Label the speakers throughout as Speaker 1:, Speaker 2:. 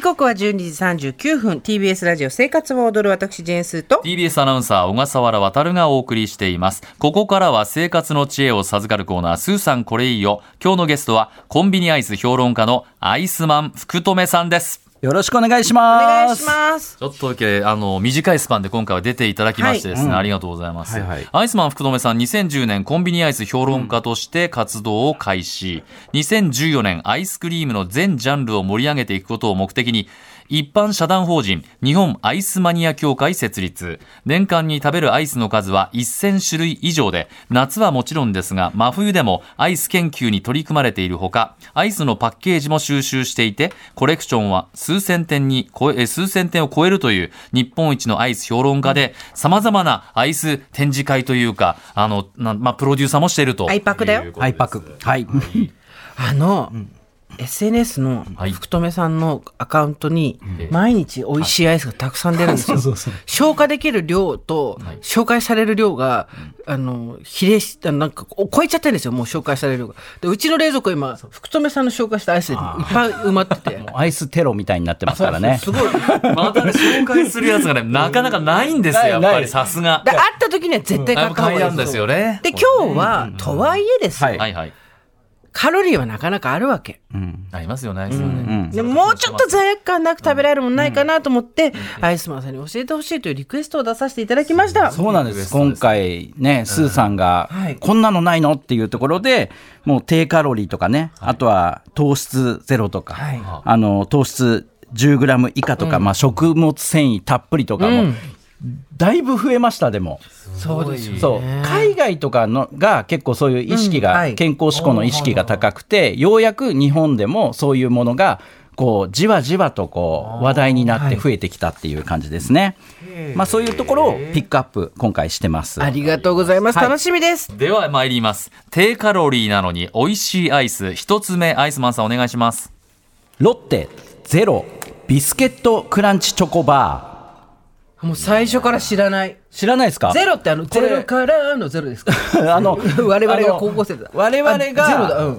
Speaker 1: 刻は12時39分 TBS ラジオ生活を踊る私ジェーンスーと
Speaker 2: TBS アナウンサー小笠原渉がお送りしていますここからは生活の知恵を授かるコーナー「スーさんこれいいよ」今日のゲストはコンビニアイス評論家のアイスマン福留さんです
Speaker 3: よろしくお願いし
Speaker 1: お
Speaker 3: ます。
Speaker 1: 願いします
Speaker 2: ちょっとだけあの短いスパンで今回は出ていただきましてですね、
Speaker 3: はい
Speaker 2: ありがとうございます、
Speaker 3: はいはい
Speaker 2: アイスマン福留さん2010年コンビニアイス評論家として活動を開始2014年アイスクリームの全ジャンルを盛り上げていくことを目的に一般社団法人日本アイスマニア協会設立年間に食べるアイスの数は1000種類以上で夏はもちろんですが真冬でもアイス研究に取り組まれているほかアイスのパッケージも収集していてコレクションは数千点に超ええ数千点を超えるという日本一のアイス評論家でさまざまなアイス展示会というかあのなまあ、プロデューサーもしていると
Speaker 1: アイパックだよ
Speaker 2: いうこと
Speaker 3: は
Speaker 2: です
Speaker 3: い、パック。はい。
Speaker 1: あの、SNS の
Speaker 2: はい
Speaker 1: 福留さんのアカウントに
Speaker 2: ん
Speaker 1: 毎日美味しいアイスがたくさん出るんですよ
Speaker 3: そうそう
Speaker 1: 消化できる量と
Speaker 2: はい
Speaker 1: 紹介される量が、あの比例しあなんかお超えちゃってるんですよもう紹介される量がでうちの冷蔵庫今福留さんの紹介したアイスでいっぱい埋まって て
Speaker 3: アイステロみたいになってますからね。
Speaker 1: すごい
Speaker 2: またね紹介するやつがねなかなかないんですよやっぱりさすが
Speaker 1: で会った時には絶対買
Speaker 2: やっ
Speaker 1: っ
Speaker 2: ぱ
Speaker 1: た方
Speaker 2: 買い
Speaker 1: が
Speaker 2: ないん
Speaker 1: い
Speaker 2: ですよね
Speaker 1: で今日は、とはいえですよ、
Speaker 3: はい
Speaker 2: はいはい
Speaker 1: カロリーはなかなかあるわけ。
Speaker 2: ありますよねアイスはね、
Speaker 1: でもうちょっと罪悪感なく食べられるもんないかなと思って、アイスマンさんに教えてほしいというリクエストを出させていただきました。
Speaker 3: そうなんです。
Speaker 2: そう
Speaker 3: 今
Speaker 2: です
Speaker 3: 回ね、スーさんが
Speaker 1: はい、
Speaker 3: こんなのないのっていうところで、もう低カロリーとかね、あとは糖質ゼロとか、
Speaker 1: はい
Speaker 3: あの、糖質10グラム以下とか、まあ食物繊維たっぷりとかも、だいぶ増えました、でも。
Speaker 1: そうですよ
Speaker 3: そう海外とかのが結構そういう意識が、
Speaker 1: うんはい
Speaker 3: 健康志向の意識が高くてようやく日本でもそういうものがこうじわじわとこう話題になって増えてきたっていう感じですね、まあ、そういうところをピックアップ今回してます
Speaker 1: ありがとうございます。楽しみです。
Speaker 2: では参ります低カロリーなのに美味しいアイス一つ目アイスマンさんお願いします
Speaker 3: ロッテゼロビスケットクランチチョコバ
Speaker 1: もう最初から知らない。
Speaker 3: ー知らないですか
Speaker 1: ゼロってあの、
Speaker 3: こ
Speaker 1: ゼ
Speaker 3: れ
Speaker 1: ロからのゼロですか
Speaker 3: あの
Speaker 1: 我々が高校生だ
Speaker 3: あの我々が
Speaker 1: あゼロだうん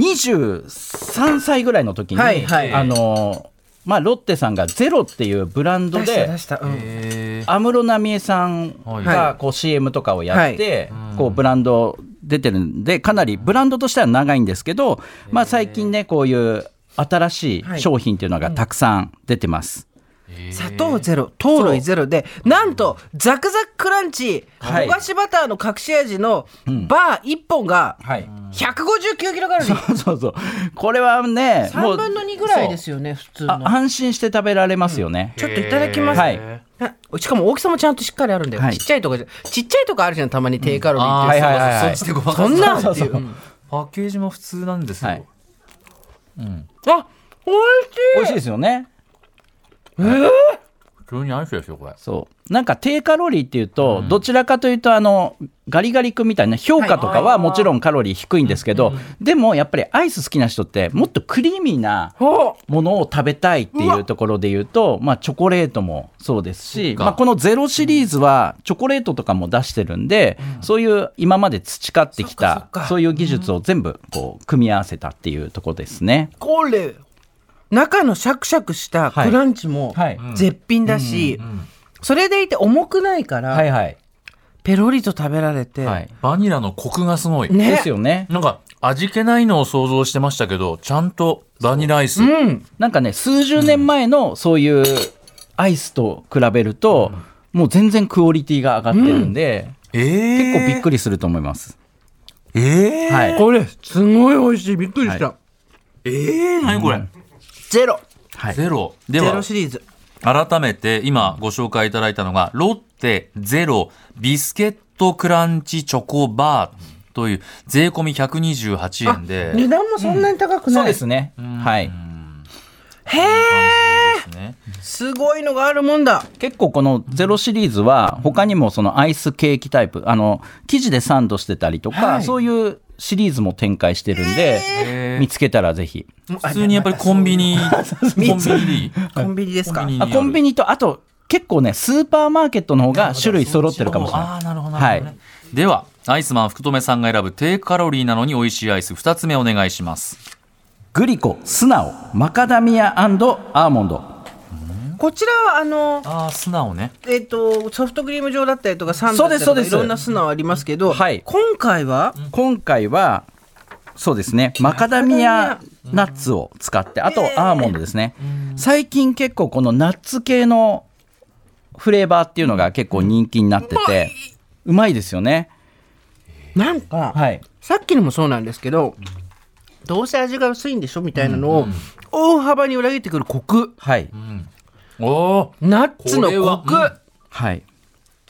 Speaker 3: 23歳ぐらいの時に、
Speaker 1: はいはい
Speaker 3: あのまあ、ロッテさんが「ゼロっていうブランド
Speaker 1: 出した
Speaker 3: で
Speaker 1: 出した。うん
Speaker 3: 安室奈美恵さん
Speaker 2: は
Speaker 3: がこう CM とかをやって、こうブランド出てるんでかなりブランドとしては長いんですけど、まあ、最近ねこういう新しい商品っていうのがたくさん出てます。
Speaker 1: 砂糖ゼロ、糖類ゼロで、なんと、ザクザククランチ、
Speaker 3: はい
Speaker 1: 焦がしバターの隠し味のバー1本が、
Speaker 3: はい
Speaker 1: 159キロカロリー。
Speaker 3: そうそうこれはねも
Speaker 1: 3
Speaker 3: う
Speaker 1: 分の2ぐらいですよね、普通
Speaker 3: そうあ
Speaker 1: の。
Speaker 3: 安心して食べられますよね、
Speaker 1: ちょっといただきます。
Speaker 3: はい
Speaker 1: あしかも大きさもちゃんとしっかりあるんだよ。
Speaker 3: はい
Speaker 1: ちっちゃいとかじゃ、ちっちゃいとかあるじゃん、たまに低カロリー
Speaker 2: あー
Speaker 1: って。
Speaker 3: はいいうはいはいはい
Speaker 2: そうだそうだそっちでごまか
Speaker 1: そんな
Speaker 2: す
Speaker 1: んっていう。
Speaker 2: パッケージも普通なんです
Speaker 3: はい
Speaker 2: よ
Speaker 1: あ、美
Speaker 3: 美
Speaker 1: 味しい
Speaker 3: 味しいですよね
Speaker 2: 普通にアイスですよこれ
Speaker 3: そうなんか低カロリーっていうと、どちらかというとあのガリガリ君みたいな評価とかはもちろんカロリー低いんですけど、でもやっぱりアイス好きな人ってもっとクリーミーな
Speaker 1: お
Speaker 3: ものを食べたいっていうところで言うとまあ、チョコレートもそうですし、
Speaker 2: か
Speaker 3: まあ、この「ゼロシリーズはチョコレートとかも出してるんで、そういう今まで培ってき
Speaker 1: そっか
Speaker 3: た
Speaker 1: そっか
Speaker 3: そういう技術を全部こう組み合わせたっていうところですね。
Speaker 1: これ中のシャクシャクしたクランチも
Speaker 3: はい
Speaker 1: 絶品だし、それでいて重くないから、
Speaker 3: はい、はい、
Speaker 1: ペロリと食べられて、
Speaker 3: はい
Speaker 2: バニラのコクがすごい、
Speaker 1: ね
Speaker 3: ですよね。
Speaker 2: なんか味気ないのを想像してましたけどちゃんとバニラアイス、
Speaker 3: なんかね、数十年前のそういうアイスと比べると、もう全然クオリティが上がってるんで、
Speaker 2: えー、
Speaker 3: 結構びっくりすると思います。
Speaker 2: りえー、
Speaker 3: はい。
Speaker 1: これすごい美味しいびっくりした、
Speaker 2: えー、何これ、
Speaker 1: ゼロ
Speaker 3: はい
Speaker 2: ゼロで
Speaker 1: ゼ
Speaker 2: は
Speaker 1: ロシリーズ
Speaker 2: 改めて今ご紹介いただいたのがロッテゼロビスケットクランチチョコバーという税込み128円で
Speaker 1: 値段もそんなに高くない、
Speaker 3: そうですね。はい。
Speaker 1: へえ
Speaker 2: すね
Speaker 1: すごいのがあるもんだ
Speaker 3: 結構このゼロシリーズは他にもそのアイスケーキタイプ、あの、生地でサンドしてたりとか、
Speaker 1: はい
Speaker 3: そういうシリーズも展開してるんで、見つけたらぜひ。
Speaker 2: 普通にやっぱりコンビ ニコンビニでいい
Speaker 1: コンビニですか
Speaker 2: コンビニ
Speaker 3: あコンビニと、あと結構ね、スーパーマーケットの方が種類揃ってるかもしれない。
Speaker 2: ああーなるほどなるほどね、ではアイスマン福留さんが選ぶ低カロリーなのに美味しいアイス2つ目お願いします
Speaker 3: グリコ素直マカダミアアーモンド
Speaker 1: こちらはあの
Speaker 2: ああ、素直ね。
Speaker 1: えっ、とソフトクリーム状だったりとかサンド
Speaker 3: そう
Speaker 1: だ
Speaker 3: で
Speaker 1: っ
Speaker 3: す
Speaker 1: たりとか
Speaker 3: そうで
Speaker 1: い
Speaker 3: す
Speaker 1: ろんな素直ありますけど、
Speaker 3: はい
Speaker 1: 今回は
Speaker 3: 今回はそうですねマカダミアナッツを使ってあとアーモンドですね最近結構このナッツ系のフレーバーっていうのが結構人気になっててうまいですよね
Speaker 1: なんか、
Speaker 3: はい
Speaker 1: さっきのもそうなんですけどどうせ味が薄いんでしょみたいなのを大幅に裏切ってくるコク
Speaker 3: はい
Speaker 2: おお。
Speaker 1: ナッツの
Speaker 2: これは
Speaker 1: コク、
Speaker 3: はい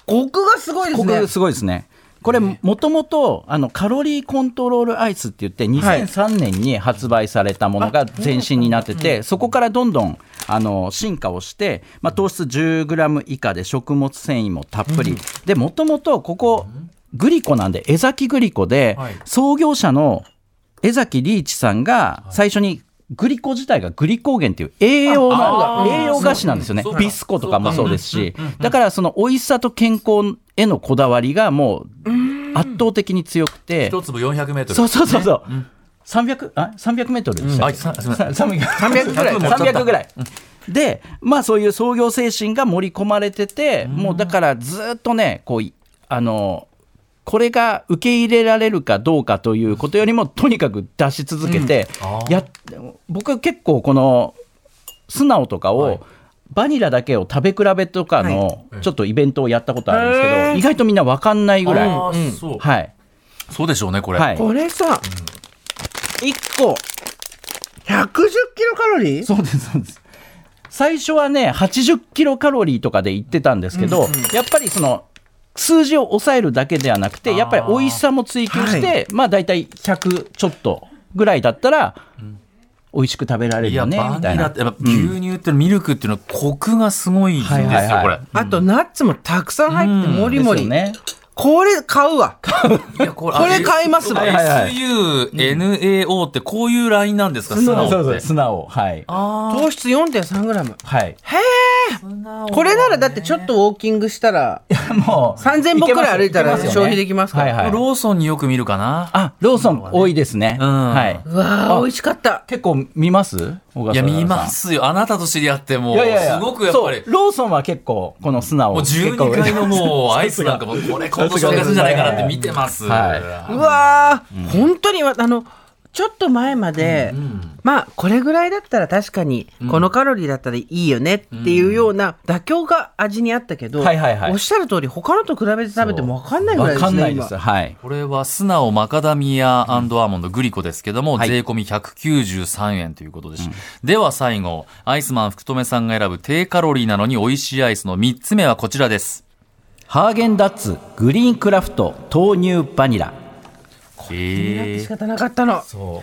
Speaker 1: コクがすごいで
Speaker 3: こ
Speaker 1: す
Speaker 3: こ
Speaker 1: ね
Speaker 3: すごいですねこれもともとあのカロリーコントロールアイスって言って2003年に発売されたものが前身になっててそこからどんどんあの進化をして、まあ、糖質 10g 以下で食物繊維もたっぷりでもともとここグリコなんで江崎グリコで
Speaker 2: はい
Speaker 3: 創業者の江崎リーチさんが最初にグリコ自体がグリコーゲンっていう栄養
Speaker 2: あ
Speaker 3: の
Speaker 2: あー
Speaker 3: 栄養菓子なんですよね
Speaker 2: そうか
Speaker 3: ビスコとかもそうですしだからその美味しさと健康へのこだわりがもう圧倒的に強くて
Speaker 2: 一粒400メートル。
Speaker 3: そうそうそうそう300あ300メートルでしたっ
Speaker 2: あ、
Speaker 3: け
Speaker 2: すみません。
Speaker 3: 300ぐらい300ぐらいでまあそういう創業精神が盛り込まれててもうだからずっとねこういあのこれが受け入れられるかどうかということよりもとにかく出し続けて、やっ僕結構この素直とかを、バニラだけを食べ比べとかのちょっとイベントをやったことあるんですけど、意外とみんな分かんないぐらい、
Speaker 2: あ
Speaker 3: は
Speaker 2: ーそう。
Speaker 3: い、
Speaker 2: そうでしょうね、これ。
Speaker 3: はい、
Speaker 1: これさ
Speaker 3: 1個
Speaker 1: 110キロカロリー
Speaker 3: そうですそうです最初はね80キロカロリーとかで言ってたんですけど、やっぱりその数字を抑えるだけではなくてやっぱり美味しさも追求して、
Speaker 1: は
Speaker 3: まあ大体100ちょっとぐらいだったら美味しく食べられ
Speaker 2: い
Speaker 3: る
Speaker 2: や、
Speaker 3: よね
Speaker 2: バ
Speaker 3: みたい
Speaker 2: ニラっ
Speaker 3: な
Speaker 2: て、やっぱ牛乳ってミルクっていうのはコクがすごいです
Speaker 3: はいはい
Speaker 2: よ、
Speaker 3: はい
Speaker 2: これ。
Speaker 1: あとナッツもたくさん入ってもりも
Speaker 3: ですよ
Speaker 1: り、
Speaker 3: ね
Speaker 1: これ買うわ
Speaker 2: いやこ
Speaker 1: これ買いますわ
Speaker 2: わ。
Speaker 3: はいはいはい
Speaker 2: SUNAO ってこういうラインなんですか、素
Speaker 3: 素
Speaker 2: 直
Speaker 3: 直
Speaker 2: って。
Speaker 3: 素直はい
Speaker 2: あ
Speaker 1: 糖質 4.3g
Speaker 3: はい
Speaker 2: あ。
Speaker 1: これならだってちょっとウォーキングしたら
Speaker 3: もう
Speaker 1: 3000歩くらい歩いたら
Speaker 3: けます
Speaker 1: 消費できますから
Speaker 3: はいはい
Speaker 2: ローソンによく見るかな。
Speaker 3: あローソン多いですね、
Speaker 2: うん
Speaker 3: はい、
Speaker 1: うわー美味しかった
Speaker 3: 結構見ます小笠原
Speaker 2: いや、
Speaker 3: さん
Speaker 2: 見ますよ。あなたと知り合っても、
Speaker 3: いやいやいや
Speaker 2: すごくやっぱり
Speaker 3: そ。うローソンは結構この素直
Speaker 2: もう
Speaker 3: 結
Speaker 2: 12
Speaker 3: 構
Speaker 2: 階のもうアイスなんかもこれ今年の勝ちじゃないかなって見てます。
Speaker 1: う
Speaker 3: は
Speaker 1: わー、本当にわあのちょっと前まで、まあこれぐらいだったら確かにこのカロリーだったらいいよねっていうような妥協が味にあったけど、
Speaker 3: はいはいはい
Speaker 1: おっしゃる通り他のと比べて食べても分かんないぐらい
Speaker 3: わ
Speaker 1: ですね
Speaker 3: かんないです。
Speaker 1: 今
Speaker 3: はい。
Speaker 2: これは素直マカダミアアーモンドグリコですけども、
Speaker 3: はい
Speaker 2: 税込み193円ということです、では最後アイスマン福留さんが選ぶ低カロリーなのに美味しいアイスの3つ目はこちらです
Speaker 3: ハーゲンダッツ、グリーンクラフト、豆乳バニラ。
Speaker 2: へ
Speaker 1: 仕方なかったの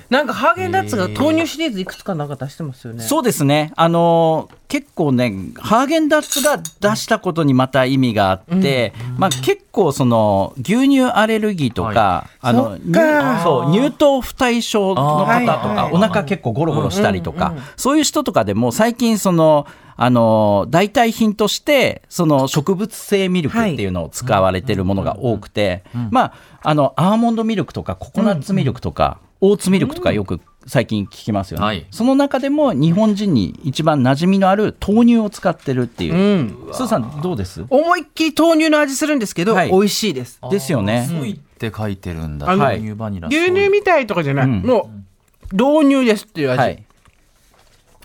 Speaker 1: なんかハーゲンダッツが豆乳シリーズいくつかなんか出してますよね。
Speaker 3: そうですね。あのー結構ね、ハーゲンダッツが出したことにまた意味があって、まあ結構その、牛乳アレルギーとか、あ
Speaker 1: そ
Speaker 3: の、
Speaker 1: っか
Speaker 3: 乳そう、乳糖不対症の
Speaker 1: あー
Speaker 3: 方と
Speaker 1: はいは
Speaker 3: か
Speaker 1: い、
Speaker 3: お腹結構ゴロゴロしたりとか、そういう人とかでも最近その、あのー代替品としてその植物性ミルクっていうのを使われてるものが多くて、まああのアーモンドミルクとかココナッツミルクとか、オーツミルクとかよく最近聞きますよね、
Speaker 2: はい
Speaker 3: その中でも日本人に一番馴染みのある豆乳を使ってるっていう、
Speaker 1: うん。
Speaker 3: スーさんどうです
Speaker 1: 思いっきり豆乳の味するんですけど、
Speaker 3: はい
Speaker 1: 美味しいです。
Speaker 3: ですよね
Speaker 2: ーって書いてるんだ
Speaker 1: あの
Speaker 2: 豆乳バニラ
Speaker 1: 牛乳みたいとかじゃない、
Speaker 3: うん
Speaker 1: もう導入ですっていう味、
Speaker 3: はい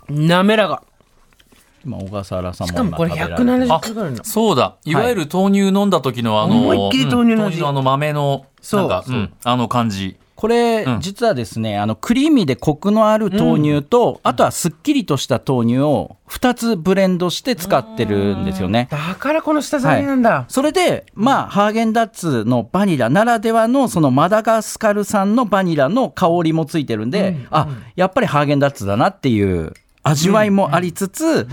Speaker 1: 滑らか
Speaker 3: 今小笠原さんも
Speaker 1: しかも
Speaker 3: 今
Speaker 1: これ
Speaker 3: 食べられて
Speaker 1: 170
Speaker 2: あ
Speaker 1: キロカロリーの
Speaker 2: そうだいわゆる豆乳飲んだ時のあの、
Speaker 1: 思いっきり豆乳の味
Speaker 2: うんあの豆のなんか、
Speaker 1: そう
Speaker 2: ん、あの感じ
Speaker 3: これ、
Speaker 2: うん
Speaker 3: 実はですねあのクリーミーでコクのある豆乳と、あとはすっきりとした豆乳を2つブレンドして使ってるんですよね。
Speaker 1: だからこの舌触りなんだ、
Speaker 3: それで、まあ、ハーゲンダッツのバニラならではの、そのマダガスカル産のバニラの香りもついてるんで、あ、やっぱりハーゲンダッツだなっていう味わいもありつつ、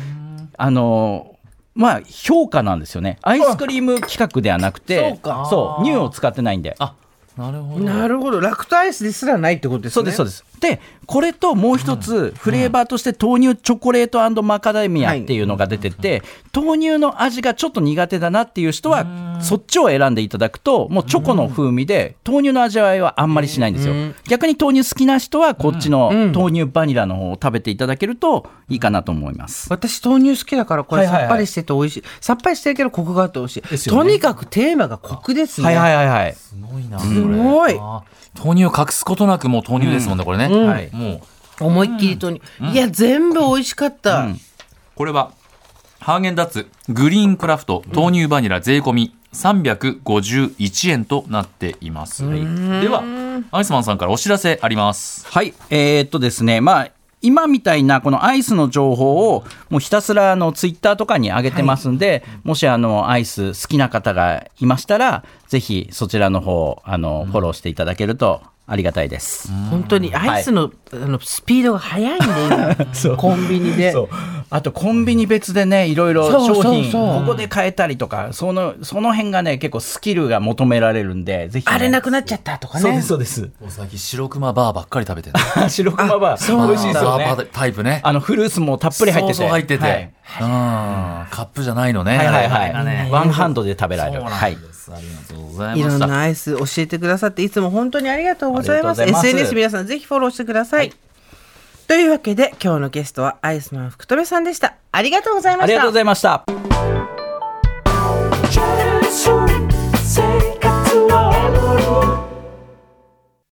Speaker 3: あの、まあ、評価なんですよね。アイスクリーム企画ではなくて、
Speaker 1: そうか
Speaker 3: そう、乳を使ってないんで。
Speaker 2: あなるほど。
Speaker 1: なるほど。ラクトアイスですらないってことですね。
Speaker 3: そうです、そうです。で、これともう一つ、フレーバーとして豆乳チョコレートマカダミアっていうのが出てて、豆乳の味がちょっと苦手だなっていう人は、そっちを選んでいただくと、もうチョコの風味で、豆乳の味わいはあんまりしないんですよ。逆に豆乳好きな人は、こっちの豆乳バニラの方を食べていただけるといいかなと思います。
Speaker 1: 私豆乳好きだからこれ
Speaker 3: はいは
Speaker 1: さ
Speaker 3: いは
Speaker 1: っ
Speaker 3: い
Speaker 1: ぱりしてて美味しい。さっぱりしてるけどコクがあって美味しい。
Speaker 2: ですよね
Speaker 1: とにかくテーマがコクですね。
Speaker 3: はいはいはいはい。
Speaker 2: すごいな。
Speaker 1: すごい
Speaker 2: これあー豆乳を隠すことなくもう豆乳ですもんね、これね。
Speaker 3: はい
Speaker 2: もう、
Speaker 1: 思いっきり豆乳。いや、全部美味しかった。
Speaker 2: これは、ハーゲンダッツ、グリーンクラフト、豆乳バニラ税込み351円となっています。では、アイスマンさんからお知らせあります。
Speaker 3: はい、えーっとですね、まあ、今みたいなこのアイスの情報をもうひたすらあのツイッターとかに上げてますんで、もしあのアイス好きな方がいましたらぜひそちらの方あのフォローしていただけるとありがたいです。
Speaker 1: 本当にアイスの,、あのスピードが速いんで 今コンビニで
Speaker 3: そうあとコンビニ別でねいろいろ
Speaker 1: そうそう
Speaker 3: 商
Speaker 1: そう
Speaker 3: 品ここで買えたりとかそのその辺がね結構スキルが求められるんでぜひね、
Speaker 1: あれなくなっちゃったとか
Speaker 3: そうで
Speaker 1: ね
Speaker 3: すそうです
Speaker 2: お先白熊バーばっかり食べてる。
Speaker 3: 白熊は 美
Speaker 2: バ
Speaker 3: 味しいですよ
Speaker 2: ー
Speaker 3: ね
Speaker 2: バータイプね。
Speaker 3: あのフルーツもたっぷり入ってて
Speaker 2: そうそう入ってて。
Speaker 3: はい
Speaker 2: うん。カップじゃないのね。
Speaker 3: はいはい
Speaker 2: あれが
Speaker 3: は
Speaker 2: ね
Speaker 3: い。ワンハンドで食べられる。
Speaker 2: そう
Speaker 3: は
Speaker 2: ないん。です。ありがとうござい
Speaker 1: い
Speaker 2: ま
Speaker 1: ろん
Speaker 2: した。
Speaker 1: なアイス教えてくださっていつも本当にありがとうございます
Speaker 3: ありがとうございます
Speaker 1: SNS 皆さんぜひフォローしてください、というわけで今日のゲストはアイスマン福留さんでしたありがとうございま
Speaker 3: あ
Speaker 1: し
Speaker 3: りがとう
Speaker 1: た
Speaker 3: ございました。
Speaker 4: generation